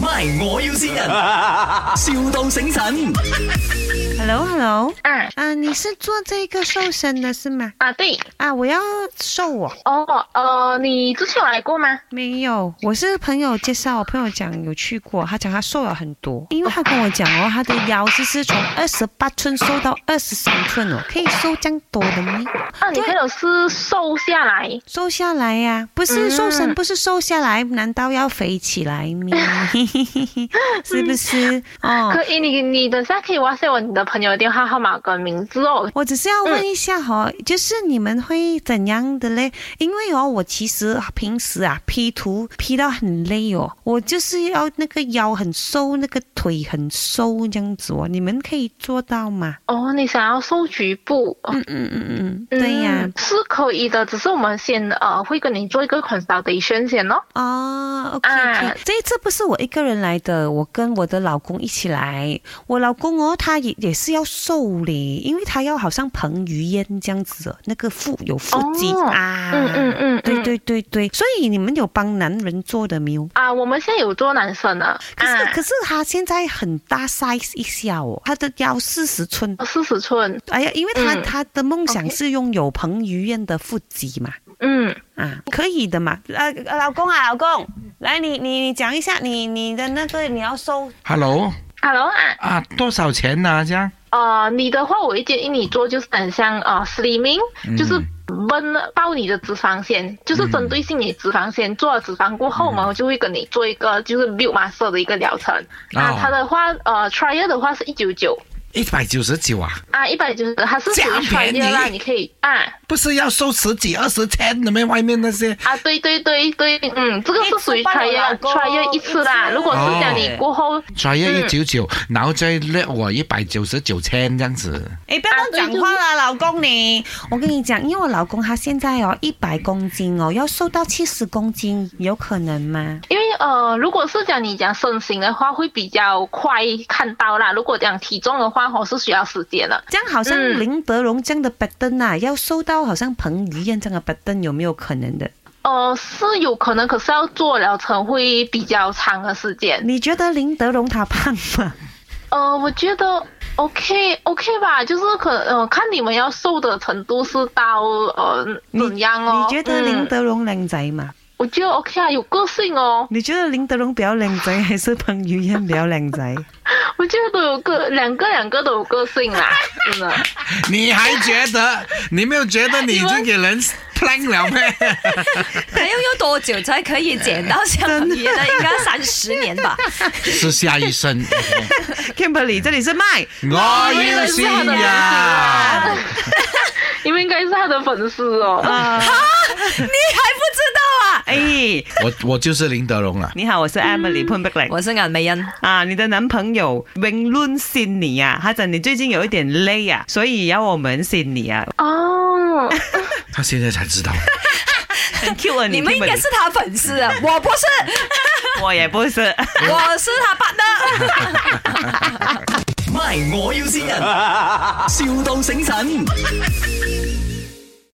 ，My 我要先人，,笑到醒神。 Hello Hello，啊啊，你是做这个瘦身的是吗？啊，对啊，我要瘦哦，哦，呃，你之前有来过吗？没有，我是朋友介绍，我朋友讲有去过，他讲他瘦了很多，因为他跟我讲哦，他的腰就是从二十八寸瘦到二十三寸哦，可以瘦这样多的吗？啊，你对朋友是瘦下来，瘦下来呀、不是嗯瘦身，不是瘦下来，难道要肥起来吗？ 是不是？哦，可以，你你等下可以哇塞我你的朋友的电话号码跟名字哦。我只是要问一下哈、就是你们会怎样的嘞？因为哦，我其实平时啊 P 图 P 到很累哦，我就是要那个腰很瘦，那个腿很瘦这样子哦，你们可以做到吗？哦，你想要瘦局部？哦嗯嗯嗯嗯嗯，对呀嗯、是可以的，只是我们先呃会跟你做一个 consultation 先哦。哦，OK OK，、啊这一次不是我一个人来的，我跟我的老公一起来。我老公哦，他也也是要瘦嘞，因为他要好像彭于晏这样子哦，那个腹有腹肌、哦啊。嗯嗯嗯，对嗯对对对，所以你们有帮男人做的没有？啊，我们现在有做男生的，可是、啊可是他现在很大 size 一下哦，他的腰四十寸。啊四十寸，哎呀，因为他、哦嗯他的梦想 OK 是拥有彭于晏的腹肌嘛。嗯，啊，可以的嘛。呃，呃老公啊，老公，来，你你你讲一下，你你的那个你要收 Hello， Hello 啊，啊，多少钱呢、这样呃，你的话我会建议你做就是很像呃 slimming，、就是嗯温爆你的脂肪线，就是针对性你脂肪线，做了脂肪过后嘛，嗯我就会跟你做一个就是 build muscle 的一个疗程。啊哦，它的话呃 trial 的话是一九九一百九十九啊？啊，一百九十，它是属于这样便宜 trial 啦，你可以啊。不是要收十几二十千的吗？外面那些啊，对对对对，嗯，这个是属于一次半 trial 了老公 trial 一次一啦。次如果是讲你过后，才要一嗯九九，然后再略我一百九十九千这样子。哎，不要乱讲话啦，啊老公你。我跟你讲，因为我老公他现在哦一百公斤哦，要瘦到七十公斤，有可能吗？因为呃，如果是讲你讲身形的话，会比较快看到啦。如果讲体重的话，我是需要时间的。这样好像嗯林德荣这样的 b a t t e n 啊，要瘦到好像彭于晏这样的 b a t t e n 有没有可能的？呃，是有可能，可是要做疗程会比较长的时间。你觉得林德荣他胖 吗？呃，我觉得 OK OK 吧，就是可呃看你们要瘦的程度是到呃怎样哦。你觉得林嗯德荣靓仔吗？我觉得 OK 啊，有个性哦。你觉得林德荣比较靓仔， 还是彭于晏比较靓仔？我觉得都有个两个两个都有个性啦，真的。你还觉得？你没有觉得你已经给人 plan 了咩？还要用多久才可以减到像你的？应该三十年吧。 是夏医生， Kimberly，这里是麦。 我要先人。你们应该是他的粉丝哦。啊，你还不知道啊？哎，我我就是林德荣了。啊你好，我是 Emily 潘碧玲。我是颜美欣，啊，你的男朋友 Wing Lun 信你啊，他讲你最近有一点累啊，所以要我们信你啊，哦，他现在才知道，很 Q 啊，你们应该 Kimberly 是他粉丝啊，我不是，我也不是。我是他 partner。 My 我要先人，,笑到醒神。